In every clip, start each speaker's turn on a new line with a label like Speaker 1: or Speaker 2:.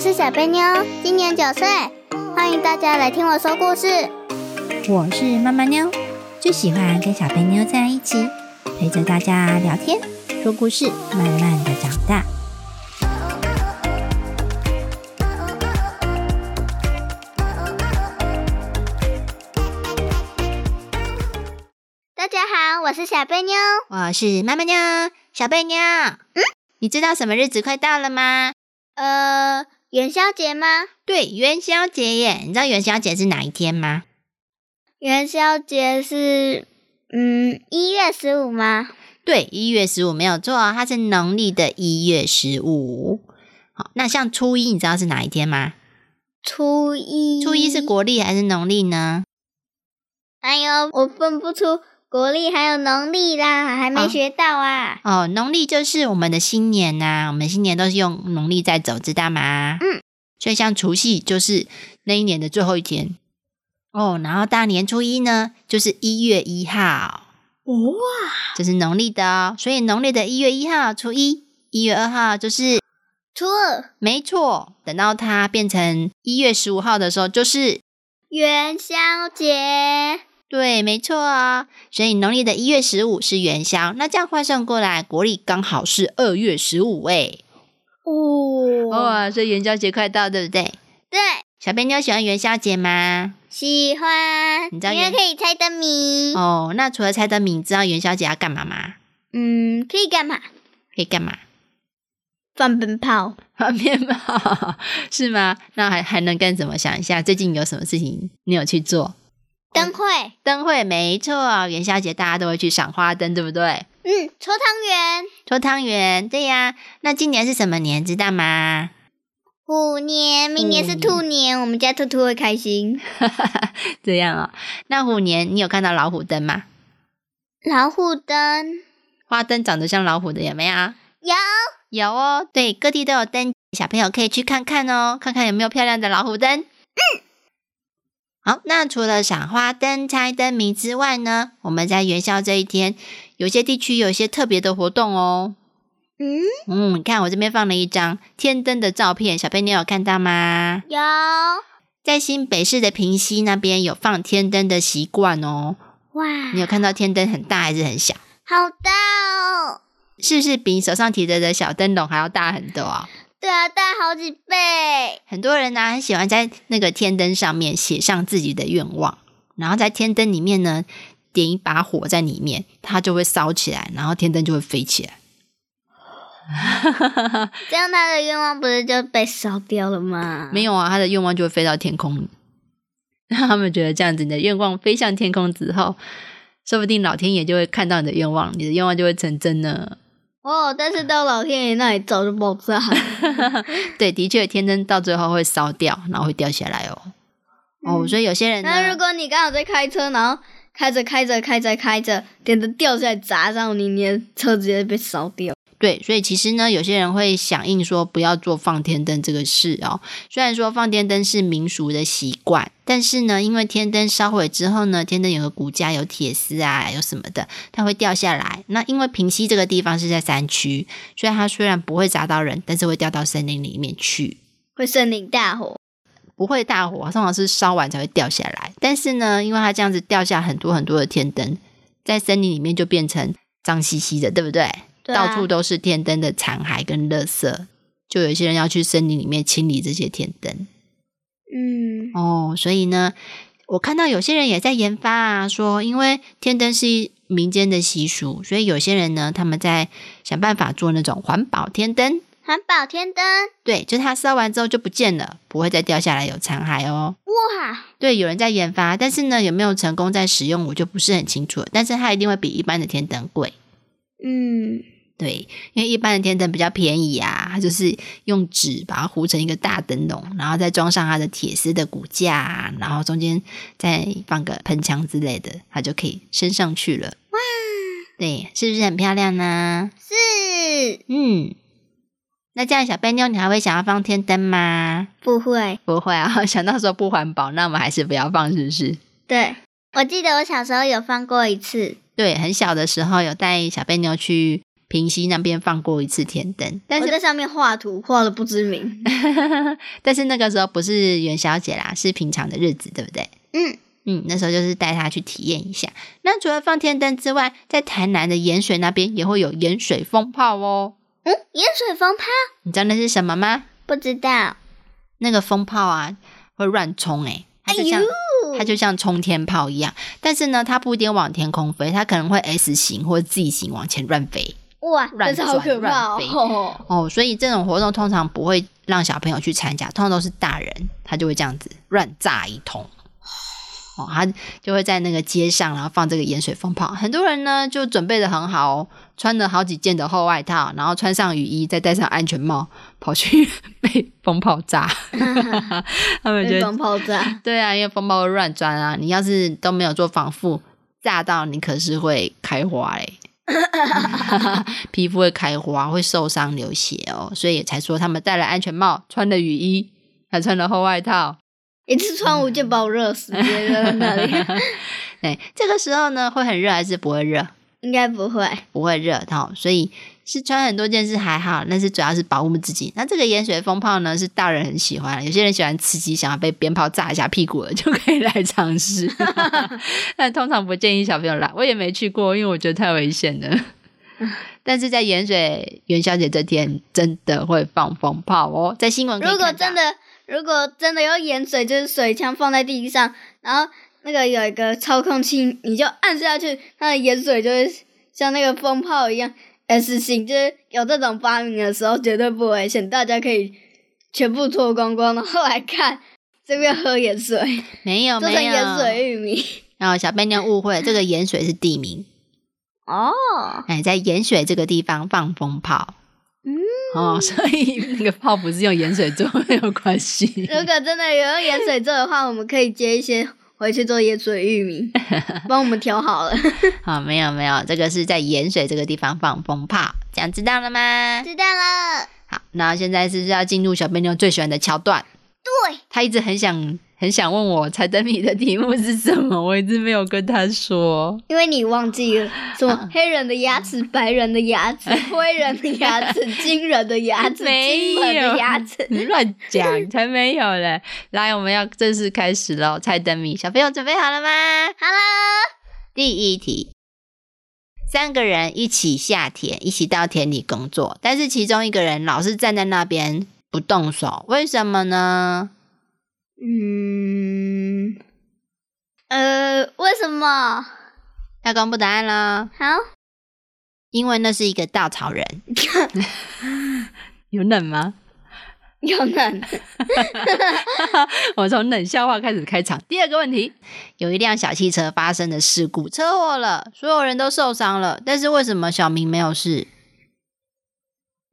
Speaker 1: 是小贝妞，今年九岁，欢迎大家来听我说故事。
Speaker 2: 我是妈妈妞，最喜欢跟小贝妞在一起，陪着大家聊天、说故事，慢慢的长大。
Speaker 1: 大家好，我是小贝妞。
Speaker 2: 我是妈妈妞，小贝妞，嗯，你知道什么日子快到了吗？
Speaker 1: 呃，元宵节吗？
Speaker 2: 对，元宵节耶！你知道元宵节是哪一天吗？
Speaker 1: 元宵节是嗯一月十五吗？
Speaker 2: 对，一月十五没有错，它是农历的一月十五。好，那像初一，你知道是哪一天吗？
Speaker 1: 初一。
Speaker 2: 初一是。国历还是农历呢？
Speaker 1: 哎呦，我分不出国历还有农历啦，还没
Speaker 2: 哦
Speaker 1: 学到啊。
Speaker 2: 哦，农历就是我们的新年呐、我们新年都是用农历在走，知道吗？
Speaker 1: 嗯，
Speaker 2: 所以像除夕就是那一年的最后一天。哦，然后大年初一呢，就是一月一号，
Speaker 1: 哇，
Speaker 2: 这是农历的哦。所以农历的一月一号，初一；一月二号就是
Speaker 1: 初二
Speaker 2: 没错。等到它变成一月十五号的时候，就是
Speaker 1: 元宵节。
Speaker 2: 对，没错啊、所以农历的一月十五是元宵，那这样换算过来，国历刚好是二月十五哎。
Speaker 1: 哦，
Speaker 2: 哇、所以元宵节快到，对不对？
Speaker 1: 对，
Speaker 2: 小贝妞喜欢元宵节吗？
Speaker 1: 喜欢，
Speaker 2: 你知道
Speaker 1: 因为
Speaker 2: 元
Speaker 1: 可以猜灯谜。
Speaker 2: 哦，那除了猜灯谜，你知道元宵节要干嘛吗？
Speaker 1: 嗯，可以干嘛？
Speaker 2: 可以干 嘛？
Speaker 1: 放鞭炮。
Speaker 2: 放鞭炮是吗？ 那还还能干什么？想一下，最近有什么事情你有去做？
Speaker 1: 灯会，
Speaker 2: 灯会没错，元宵节大家都会去赏花灯，对不对？
Speaker 1: 嗯，搓汤圆，
Speaker 2: 搓汤圆，对呀。那今年是什么年？知道吗？
Speaker 1: 虎年，明年是兔年，我们家兔兔会开心。
Speaker 2: 这样啊、那虎年你有看到老虎灯吗？
Speaker 1: 老虎灯
Speaker 2: 花灯长得像老虎的有没有？
Speaker 1: 有，
Speaker 2: 有哦，对，各地都有灯，小朋友可以去看看哦，看看有没有漂亮的老虎灯。嗯，好，那除了赏花灯、猜灯谜之外呢，我们在元宵这一天，有些地区有一些特别的活动哦。
Speaker 1: 嗯，
Speaker 2: 嗯，你看我这边放了一张天灯的照片，小贝你有看到吗？
Speaker 1: 有，
Speaker 2: 在新北市的平溪那边有放天灯的习惯哦。
Speaker 1: 哇，
Speaker 2: 你有看到天灯很大还是很小？
Speaker 1: 好大哦，
Speaker 2: 是不是比你手上提着的小灯笼还要大很多啊、
Speaker 1: 对啊，大好几倍，
Speaker 2: 很多人呢、很喜欢在那个天灯上面写上自己的愿望，然后在天灯里面呢点一把火在里面，它就会烧起来，然后天灯就会飞起来。
Speaker 1: 这样他的愿望不是就被烧掉了吗？
Speaker 2: 没有啊，他的愿望就会飞到天空里。 让他们觉得这样子，你的愿望飞向天空之后，说不定老天爷就会看到你的愿望，你的愿望就会成真呢。
Speaker 1: 哦，但是到老天爷那里早就爆炸了。
Speaker 2: 对，的确，天灯到最后会烧掉，然后会掉下来哦。哦，
Speaker 1: 嗯
Speaker 2: 所以有些人呢，
Speaker 1: 那如果你刚好在开车，然后开着开着开着开着，点灯掉下来砸上你，你的车直接被烧掉。
Speaker 2: 对，所以其实呢，有些人会响应说不要做放天灯这个事哦。虽然说放天灯是民俗的习惯，但是呢，因为天灯烧毁之后呢，天灯有个骨架，有铁丝啊，有什么的，它会掉下来。那因为平溪这个地方是在山区，所以它虽然不会砸到人，但是会掉到森林里面去。
Speaker 1: 会森林大火，
Speaker 2: 不会大火，通常是烧完才会掉下来。但是呢，因为它这样子掉下很多很多的天灯，在森林里面就变成脏兮兮的，对不对？
Speaker 1: 对啊
Speaker 2: 到处都是天灯的残骸跟垃圾，就有一些人要去森林里面清理这些天灯
Speaker 1: 嗯，
Speaker 2: 哦。所以呢，我看到有些人也在研发啊，说因为天灯是民间的习俗，所以有些人呢，他们在想办法做那种环保天灯。
Speaker 1: 环保天灯，
Speaker 2: 对，就是它烧完之后就不见了，不会再掉下来有残骸哦。
Speaker 1: 哇，
Speaker 2: 对，有人在研发，但是呢，有没有成功在使用，我就不是很清楚了。但是它一定会比一般的天灯贵，
Speaker 1: 嗯，
Speaker 2: 对，因为一般的天灯比较便宜啊，它就是用纸把它糊成一个大灯笼，然后再装上它的铁丝的骨架啊，然后中间再放个喷枪之类的，它就可以升上去了。哇，对，是不是很漂亮呢？
Speaker 1: 是
Speaker 2: 嗯，那这样小贝妞，你还会想要放天灯吗？
Speaker 1: 不会，
Speaker 2: 不会啊， 想到说不环保，那我们还是不要放，是不是？
Speaker 1: 对。我记得我小时候有放过一次，
Speaker 2: 对，很小的时候有带小贝妞去平溪那边放过一次天灯，但
Speaker 1: 我
Speaker 2: 是
Speaker 1: 在上面画图，画的不知名。
Speaker 2: 但是那个时候不是元宵节啦，是平常的日子，对不对？
Speaker 1: 嗯，
Speaker 2: 嗯，那时候就是带他去体验一下。那除了放天灯之外，在台南的盐水那边也会有盐水风炮哦。
Speaker 1: 嗯，盐水风炮
Speaker 2: 你知道那是什么吗？
Speaker 1: 不知道。
Speaker 2: 那个风炮啊，会乱冲诶、它就像、它就像冲天炮一样。但是呢，它不一定往天空飞，它可能会 S 型或 Z 型往前乱飞
Speaker 1: 哇，
Speaker 2: 乱
Speaker 1: 真是好
Speaker 2: 转
Speaker 1: 可怕
Speaker 2: 乱飞
Speaker 1: 哦！
Speaker 2: 哦。所以这种活动通常不会让小朋友去参加，通常都是大人，他就会这样子乱炸一通。哦，他就会在那个街上，然后放这个盐水风炮。很多人呢就准备的很好哦，穿了好几件的厚外套，然后穿上雨衣，再戴上安全帽，跑去 被风炮炸。 他 们
Speaker 1: 那
Speaker 2: 觉得
Speaker 1: 种爆炸，
Speaker 2: 对啊，因为风暴会乱钻啊，你要是都没有做防护，炸到你可是会开花嘞、皮肤会开花，会受伤流血哦，所以才说他们戴了安全帽，穿了雨衣，还穿了厚外套。
Speaker 1: 一次穿五件把我热死，直接热在那里，
Speaker 2: 对，这个时候呢，会很热还是不会热？
Speaker 1: 应该不会。
Speaker 2: 不会热哈、所以是穿很多件是还好，但是主要是保护自己。那这个盐水风炮呢，是大人很喜欢，有些人喜欢刺激，想要被鞭炮炸一下屁股了，就可以来尝试。 但通常不建议小朋友来，我也没去过，因为我觉得太危险 了。但是在盐水元宵节这天，真的会放风炮哦，在新闻可以
Speaker 1: 如果
Speaker 2: 看到
Speaker 1: 真的，如果真的有盐水，就是水枪放在地上，然后那个有一个操控器，你就按下去，它的盐水就会像那个风炮一样 S 型。就是有这种发明的时候，绝对不危险，大家可以全部脱光光，然后来看这边喝盐水，
Speaker 2: 没有
Speaker 1: 做成
Speaker 2: 没有
Speaker 1: 盐水玉米。
Speaker 2: 然后小贝妞误会，这个盐水是地名。
Speaker 1: 哦，
Speaker 2: 哎，在盐水这个地方放风炮。哦， 所以那个炮不是用盐水做没 有关系。
Speaker 1: 如果真的有用盐水做的话，我们可以接一些回去做盐水玉 米，帮我们调好了。
Speaker 2: 好、没有没有，这个是在盐水这个地方放风炮，这样知道了吗？
Speaker 1: 知道了，
Speaker 2: 好，那现在是不是要进入小笨妞最喜欢的桥段？
Speaker 1: 对。
Speaker 2: 她一直很想很想问我猜灯谜的题目是什么，我一直没有跟她说。
Speaker 1: 因为你忘记了什么黑人的牙齿、白人的牙齿、灰人的牙齿、金人的牙齿、
Speaker 2: 没
Speaker 1: 金
Speaker 2: 有
Speaker 1: 门的牙齿。
Speaker 2: 你乱讲，才没有嘞！来，我们要正式开始喽，猜灯谜，小朋友准备好了吗？
Speaker 1: 好了，
Speaker 2: 第一题，三个人一起下田，一起到田里工作，但是其中一个人老是站在那边不动手，为什么呢？
Speaker 1: 嗯，呃，为什么？
Speaker 2: 要公布答案啦！
Speaker 1: 好，
Speaker 2: 因为那是一个稻草人。 有冷吗？
Speaker 1: 有能。
Speaker 2: 我从冷笑话开始开场。第二个问题，有一辆小汽车发生了事故，车祸了，所有人都受伤了，但是为什么小明没有事？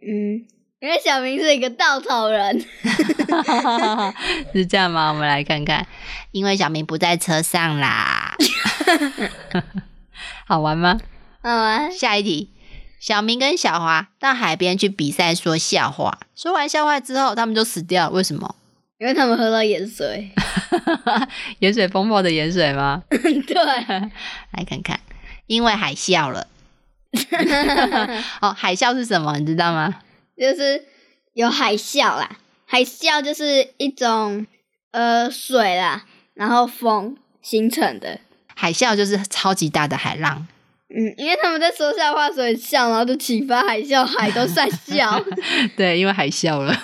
Speaker 1: 嗯，因为小明是一个稻草人。
Speaker 2: 是这样吗？我们来看看，因为小明不在车上啦。 好玩吗？
Speaker 1: 好啊，
Speaker 2: 下一题，小明跟小华到海边去比赛说笑话，说完笑话之后，他们就死掉了。为什么？
Speaker 1: 因为他们喝到盐水。
Speaker 2: 盐水风暴的盐水吗？
Speaker 1: 对，
Speaker 2: 来看看，因为海啸了。 哦，海啸是什么？你知道吗？
Speaker 1: 就是有海啸啦，海啸就是一种呃水啦，然后风形成的。
Speaker 2: 海啸就是超级大的海浪。
Speaker 1: 嗯，因为他们在说笑话，所以笑，然后就启发海啸，海都在笑。
Speaker 2: 对，因为海啸了。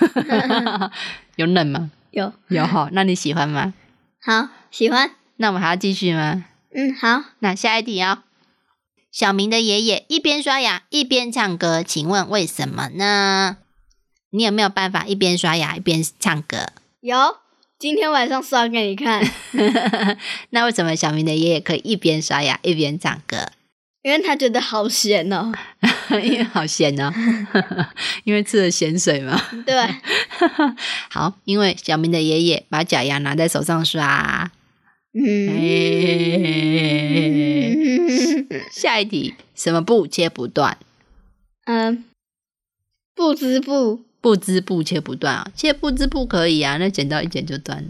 Speaker 2: 有冷吗？
Speaker 1: 有
Speaker 2: 有哈、那你喜欢吗？
Speaker 1: 好喜欢，
Speaker 2: 那我们还要继续吗？
Speaker 1: 嗯，好，
Speaker 2: 那下一题哦。小明的爷爷一边刷牙一边唱歌，请问为什么呢？你有没有办法一边刷牙一边唱歌？
Speaker 1: 有，今天晚上刷给你看，
Speaker 2: 那为什么小明的爷爷可以一边刷牙一边唱歌？
Speaker 1: 因为他觉得好咸哦。
Speaker 2: 因为好咸哦， 因为吃了咸水嘛。
Speaker 1: 对，
Speaker 2: 好，因为小明的爷爷把假牙拿在手上刷。哎
Speaker 1: 嗯，
Speaker 2: 嘿
Speaker 1: 嗯
Speaker 2: 下一题，什么布切不断？
Speaker 1: 嗯，不织布，
Speaker 2: 不织布切不断啊，切不织布可以啊，那剪刀一 剪就断了。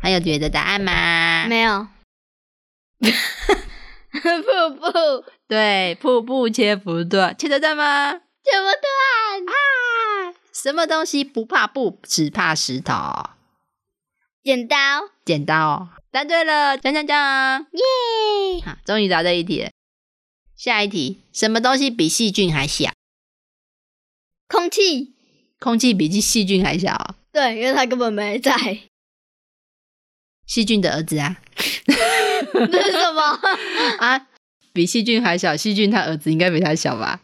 Speaker 2: 还有别的答案吗？
Speaker 1: 没有。瀑布切
Speaker 2: 对，瀑布切不断，切得断吗？
Speaker 1: 不断啊！
Speaker 2: 什么东西不怕布，只怕石头？
Speaker 1: 剪刀
Speaker 2: 剪刀。答对了，讲讲讲，
Speaker 1: 耶！
Speaker 2: 好，终于答对一题了。下一题，什么东西比细菌还小？
Speaker 1: 空气
Speaker 2: 空气比细菌还小啊？
Speaker 1: 对，因为他根本没在。
Speaker 2: 细菌的儿子啊？
Speaker 1: 这是什么？
Speaker 2: 啊，比细菌还小，细菌他儿子应该比他 小吧？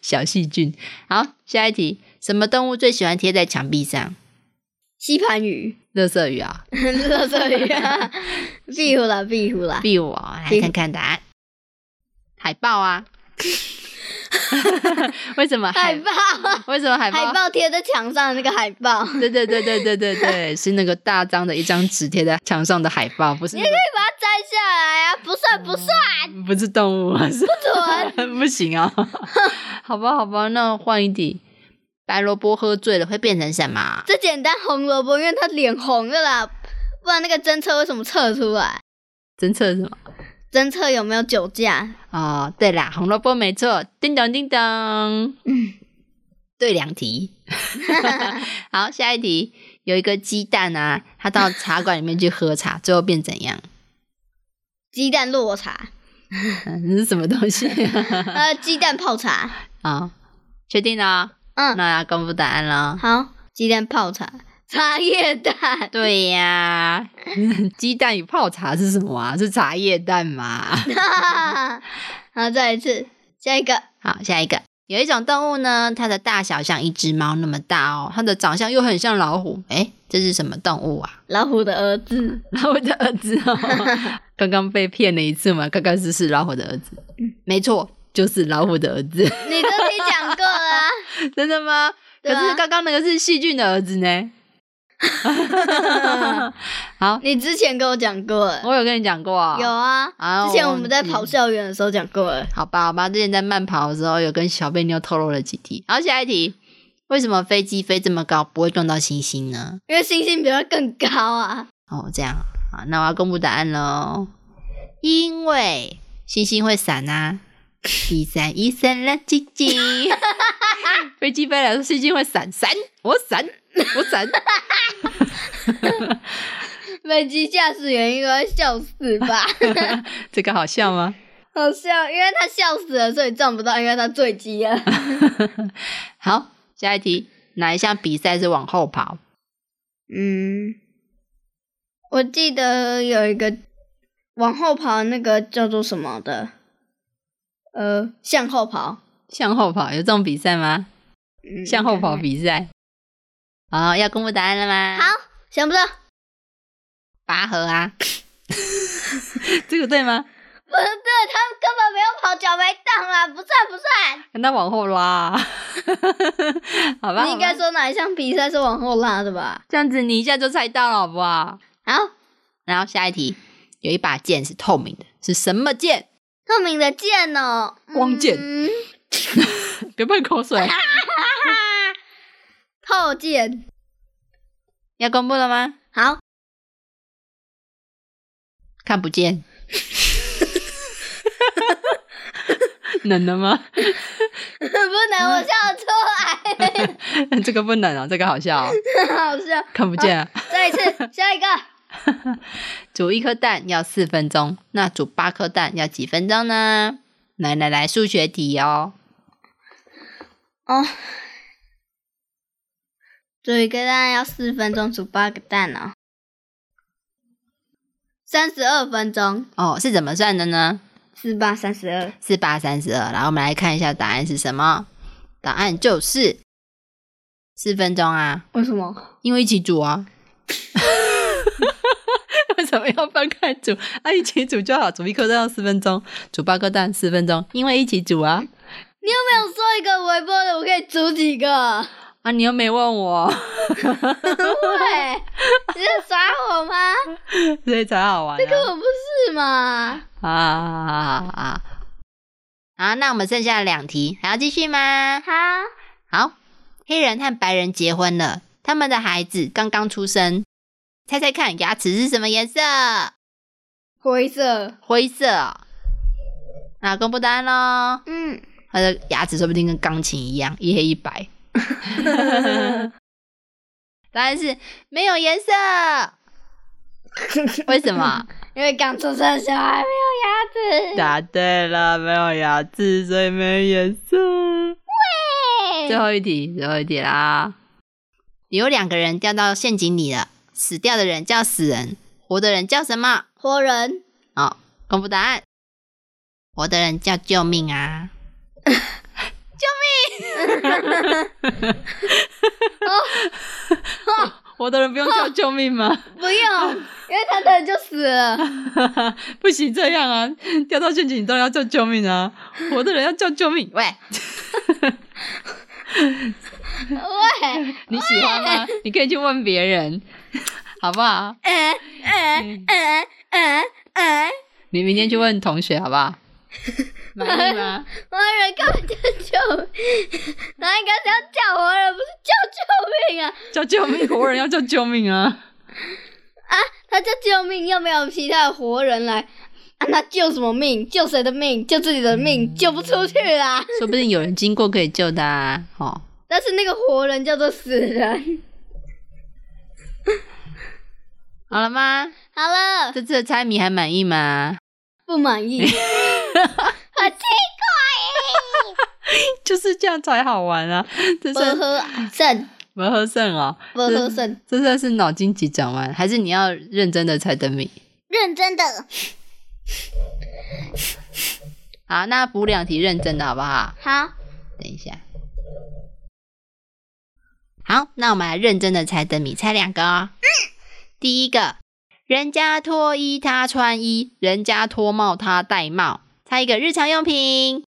Speaker 2: 小细菌。好，下一题，什么动物最喜欢贴在墙壁上？
Speaker 1: 吸盘鱼，
Speaker 2: 乐色鱼啊，
Speaker 1: 热色鱼 啊，壁虎啦，壁虎啦，
Speaker 2: 逼我啊来看看答案。海豹啊？ 为什么
Speaker 1: 海
Speaker 2: 海？
Speaker 1: 报，
Speaker 2: 为什么海
Speaker 1: 海
Speaker 2: 豹？
Speaker 1: 报贴在墙上的那个海报，可以
Speaker 2: 对对对对对对对，是那个大张的一张纸贴在墙上的海报，不是那个
Speaker 1: 把它摘下来啊！不算不算，
Speaker 2: 不是动物啊，是
Speaker 1: 准
Speaker 2: 不行啊、好吧，好吧，那换一题。白萝卜喝醉了会变成什么？
Speaker 1: 这简单红萝卜，因为它脸红了啦，不然那个侦测为什么测出来？
Speaker 2: 侦测什么？
Speaker 1: 侦测有没有酒驾？
Speaker 2: 哦，对啦，红萝卜没错，叮咚叮咚。嗯，对两题。 好，下一题有一个鸡蛋啊，他到茶馆里面去喝茶， 最后变怎样？
Speaker 1: 鸡蛋落 茶，
Speaker 2: 嗯，这是什么东西
Speaker 1: 呃，鸡蛋泡茶，
Speaker 2: 啊、确定了，
Speaker 1: 嗯，
Speaker 2: 那要公布答案了。
Speaker 1: 好，鸡蛋泡茶，茶叶蛋，
Speaker 2: 对呀、 鸡蛋与泡茶是什么啊？是茶叶蛋嘛？
Speaker 1: 好，再一次，下一个，
Speaker 2: 好，下一个，有一种动物呢，它的大小像一只猫那么大哦，它的长相又很像老虎。诶，这是什么动物啊？
Speaker 1: 老虎的儿子，
Speaker 2: 老虎的儿子 哦，刚刚被骗了一次嘛，刚刚是是老虎的儿子，没错，就是老虎的儿子，
Speaker 1: 你都听讲过啊啦、
Speaker 2: 真的吗？可
Speaker 1: 对啊
Speaker 2: 是刚刚那个是细菌的儿子 呢。好，
Speaker 1: 你之前跟我讲过了，
Speaker 2: 我有跟你讲过、哦，
Speaker 1: 有啊，
Speaker 2: 啊
Speaker 1: 之前我们在跑
Speaker 2: 忘记
Speaker 1: 校园的时候讲过了，
Speaker 2: 好吧，好吧，之前在慢跑的时候有跟小贝妞透露了几题。好，下一题，为什么飞机飞这么高不会撞到星星呢？
Speaker 1: 因为星星比它更高啊，
Speaker 2: 哦，这样啊，好那我要公布答案喽。因为星星会闪啊，一闪一闪亮晶晶。 飞机飞来，星星会闪，闪我闪我闪。
Speaker 1: 飞机驾驶员应该会笑死吧。
Speaker 2: 这个好笑吗？
Speaker 1: 好笑，因为他笑死了，所以撞不到，因为他坠机了。
Speaker 2: 好，下一题，哪一项比赛是往后跑？
Speaker 1: 嗯，我记得有一个往后跑，那个叫做什么的，呃，向后跑，
Speaker 2: 向后跑有这种比赛吗？
Speaker 1: 嗯
Speaker 2: 向后跑比赛。好，要公布答案了吗？
Speaker 1: 好，想不到，
Speaker 2: 拔河啊， 这个对吗？
Speaker 1: 不对，他们根本没有跑，脚没动啊，不算不算。
Speaker 2: 那往后拉，好吧？
Speaker 1: 你应该
Speaker 2: 好吧
Speaker 1: 说哪一项比赛是往后拉的吧？
Speaker 2: 这样子，你一下就猜到了，好不好？
Speaker 1: 好，
Speaker 2: 然后下一题，有一把剑是透明的，是什么剑？
Speaker 1: 透明的剑哦，
Speaker 2: 光剑
Speaker 1: 嗯、
Speaker 2: 别喷口水。
Speaker 1: 透剑。
Speaker 2: 要公布了吗？
Speaker 1: 好，
Speaker 2: 看不 见。能了吗？
Speaker 1: 不能，我笑得出来，
Speaker 2: 这个不能啊，这个好笑、哦，
Speaker 1: 好笑。
Speaker 2: 看不见、啊。
Speaker 1: 再一次， 下一个，
Speaker 2: 煮一颗蛋要四分钟，那煮八颗蛋要几分钟呢？来来来，数学题哦。
Speaker 1: 哦，煮一个蛋要四分钟，煮八个蛋哦，三十二分钟，
Speaker 2: 哦，是怎么算的呢？
Speaker 1: 四八三十二，
Speaker 2: 四八三十二。然后我们来看一下答案是什么，答案就是四分钟啊，
Speaker 1: 为什么？
Speaker 2: 因为一起煮啊。 为什么要分开煮？啊，一起煮就好，煮一颗蛋要四分钟，煮八颗蛋四分钟，因为一起煮啊。
Speaker 1: 你有没有说一个微波的，我可以煮几 个？
Speaker 2: 啊，你又没问我，
Speaker 1: 对， 你在耍我吗？
Speaker 2: 所以才好玩、啊。
Speaker 1: 根本不是嘛！
Speaker 2: 啊啊啊！好，那我们剩下两题，还要继续吗？
Speaker 1: 好，
Speaker 2: 好，黑人和白人结婚了，他们的孩子刚刚出生，猜猜看牙齿是什么颜色？
Speaker 1: 灰色，
Speaker 2: 灰色哦、那公布答案喽。
Speaker 1: 嗯，
Speaker 2: 他的牙齿说不定跟钢琴一样，一黑一 白。答案是没有颜色， 为什么？
Speaker 1: 因为刚出生的小孩没有牙齿。
Speaker 2: 答对啊了，没有牙齿，所以没有颜色。
Speaker 1: 对
Speaker 2: 最后一题，最后一题啦！有两个人掉到陷阱里了，死掉的人叫死人，活的人叫什么？
Speaker 1: 活人，
Speaker 2: 哦，公布答案。活的人叫救命 啊！ 哦救命！活的人不用叫救命吗？
Speaker 1: 不用，因为他等就死了。
Speaker 2: 不行，这样啊，掉到陷阱你当然要叫救命啊！活的人要叫救命，喂，
Speaker 1: 喂，
Speaker 2: 你喜欢 吗？你可以去问别人，好不好？
Speaker 1: 嗯
Speaker 2: 呃
Speaker 1: 嗯嗯嗯嗯，
Speaker 2: 你明天去问同学，好不 好？满意吗？
Speaker 1: 活人根本就救，他应该是要叫活人，不是叫救命啊！
Speaker 2: 叫救命，活人要叫救命啊！
Speaker 1: 他叫救命，又没有其他的活人来，啊，那救什么命？救谁的命？救自己的命，
Speaker 2: 嗯
Speaker 1: 救不出去啦。
Speaker 2: 说不定有人经过可以救的啊！哦，
Speaker 1: 但是那个活人叫做死人。
Speaker 2: 好了吗？
Speaker 1: 好了，
Speaker 2: 这次的猜谜还满意吗？
Speaker 1: 不满 意，好气，
Speaker 2: 就是这样才好玩啊！这
Speaker 1: 不
Speaker 2: 算
Speaker 1: 喝肾，
Speaker 2: 不合算哦，
Speaker 1: 不喝肾，
Speaker 2: 这算是脑筋急转弯，还是你要认真的猜灯谜？
Speaker 1: 认真的。
Speaker 2: 好，那补两题认真的好不好？
Speaker 1: 好，
Speaker 2: 等一下。好，那我们来认真的猜灯谜，猜两个哦。第一个，人家脱衣他穿衣，人家脱帽他戴帽。猜一个日常用品，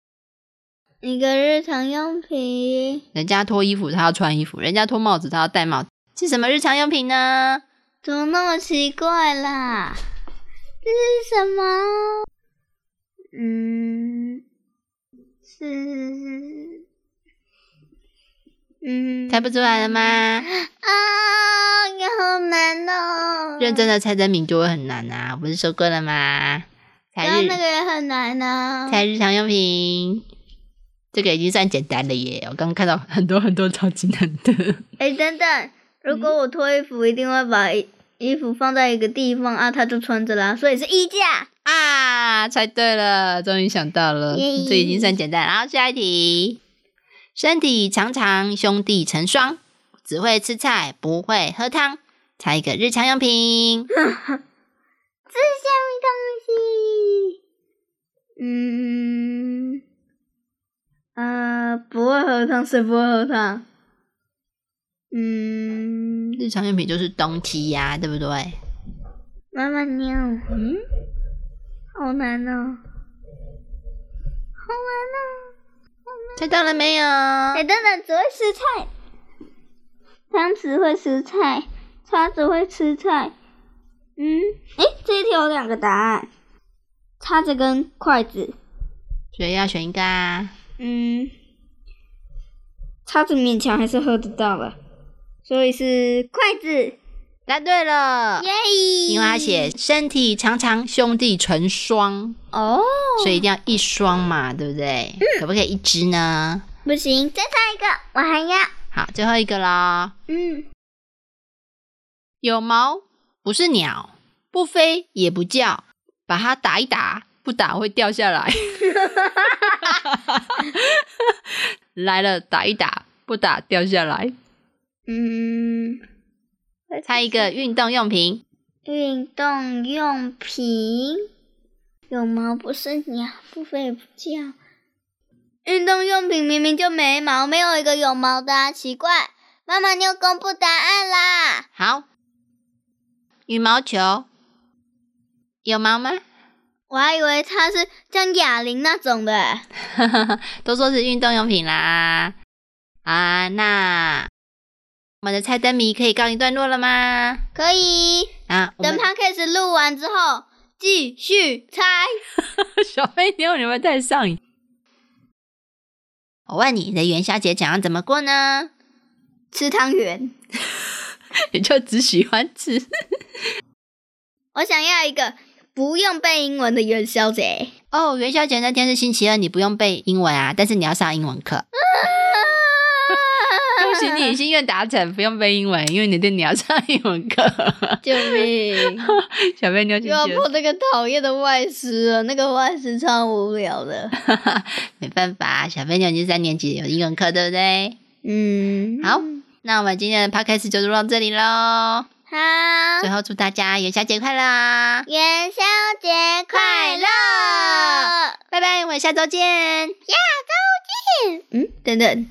Speaker 1: 一个日常用品，
Speaker 2: 人家脱衣服他要穿衣服，人家脱帽子他要戴帽子，是什么日常用品呢？
Speaker 1: 怎么那么奇怪啦？这是什么？嗯，是，嗯，
Speaker 2: 猜不出来了吗？
Speaker 1: 啊，好难哦！
Speaker 2: 认真的猜灯谜就会很难啊，不是说过了吗？
Speaker 1: 刚
Speaker 2: 猜
Speaker 1: 刚
Speaker 2: 日、
Speaker 1: 那个也很难啊呢、
Speaker 2: 猜日常用品，这个已经算简单了耶！我刚刚看到很多很多超级难的。
Speaker 1: 哎，等等，如果我脱衣服，一定会把衣衣服放在一个地方啊，他就穿着啦，所以是衣架。
Speaker 2: 啊，猜对了，终于想到了，
Speaker 1: 耶
Speaker 2: 这已经算简单了。好，下一题，身体长长，兄弟成双，只会吃菜，不会喝汤，猜一个日常用品。
Speaker 1: 这是什么东西？嗯，呃，不会喝汤，谁不会喝汤？嗯，
Speaker 2: 日常用品就是东西呀、对不对？
Speaker 1: 妈妈尿，
Speaker 2: 嗯，
Speaker 1: 好难哦，好
Speaker 2: 猜到了没有？
Speaker 1: 难哦。哎，等等，只会吃菜，汤匙会吃菜，叉子会吃菜。嗯，哎，这一题有两个答案，叉子跟筷子。
Speaker 2: 所以要选一个啊。
Speaker 1: 嗯，叉子勉强还是喝得到了，所以是筷子，耶！
Speaker 2: 答对了，因为他写身体长长，兄弟成双，
Speaker 1: 哦，
Speaker 2: 所以一定要一双嘛，对不对？可不可以一只呢？
Speaker 1: 不行，再猜一个，我还要，
Speaker 2: 好，最后一个啦。
Speaker 1: 嗯，
Speaker 2: 有毛不是鸟，不飞也不叫，把它打一打，不打会掉下来。 来了，打一打，不打掉下来。
Speaker 1: 嗯，
Speaker 2: 猜一个运动用品，
Speaker 1: 运动用品，有毛不是鸟，不飞也不叫。运动用品明明就没毛，没有一个有毛的啊，奇怪。妈妈，你又公布答案啦！
Speaker 2: 好，羽毛球有毛吗？
Speaker 1: 我还以为它是像哑铃那种的欸。
Speaker 2: 都说是运动用品啦。啊，那我们的猜灯谜可以告一段落了吗？
Speaker 1: 可以
Speaker 2: 啊，我
Speaker 1: 等
Speaker 2: 们
Speaker 1: podcast 录完之后继续猜。
Speaker 2: 小飞妞，你们太上瘾。我问你，你的元宵节想要怎么过呢？
Speaker 1: 吃汤圆，
Speaker 2: 你就只喜欢吃。
Speaker 1: 我想要一个不用背英文的元宵节。
Speaker 2: 哦，元宵节那天是星期二，你不用背英文啊，但是你要上英文课。 恭喜你，心愿达成，不用背英文，因为你对你要上英文课。
Speaker 1: 救命！
Speaker 2: 小贝妞
Speaker 1: 又
Speaker 2: 姐
Speaker 1: 要
Speaker 2: 姐，
Speaker 1: 破那个讨厌的外师了，那个外师超无聊的。
Speaker 2: 没办法，小贝妞已经三年级有英文课，对不对？
Speaker 1: 嗯，
Speaker 2: 好，那我们今天的 podcast 就录到这里喽。
Speaker 1: 好
Speaker 2: 最，后祝大家元宵节快乐啊！
Speaker 1: 元宵节快乐！
Speaker 2: 拜拜，我们下周见。
Speaker 1: 嗯，等等，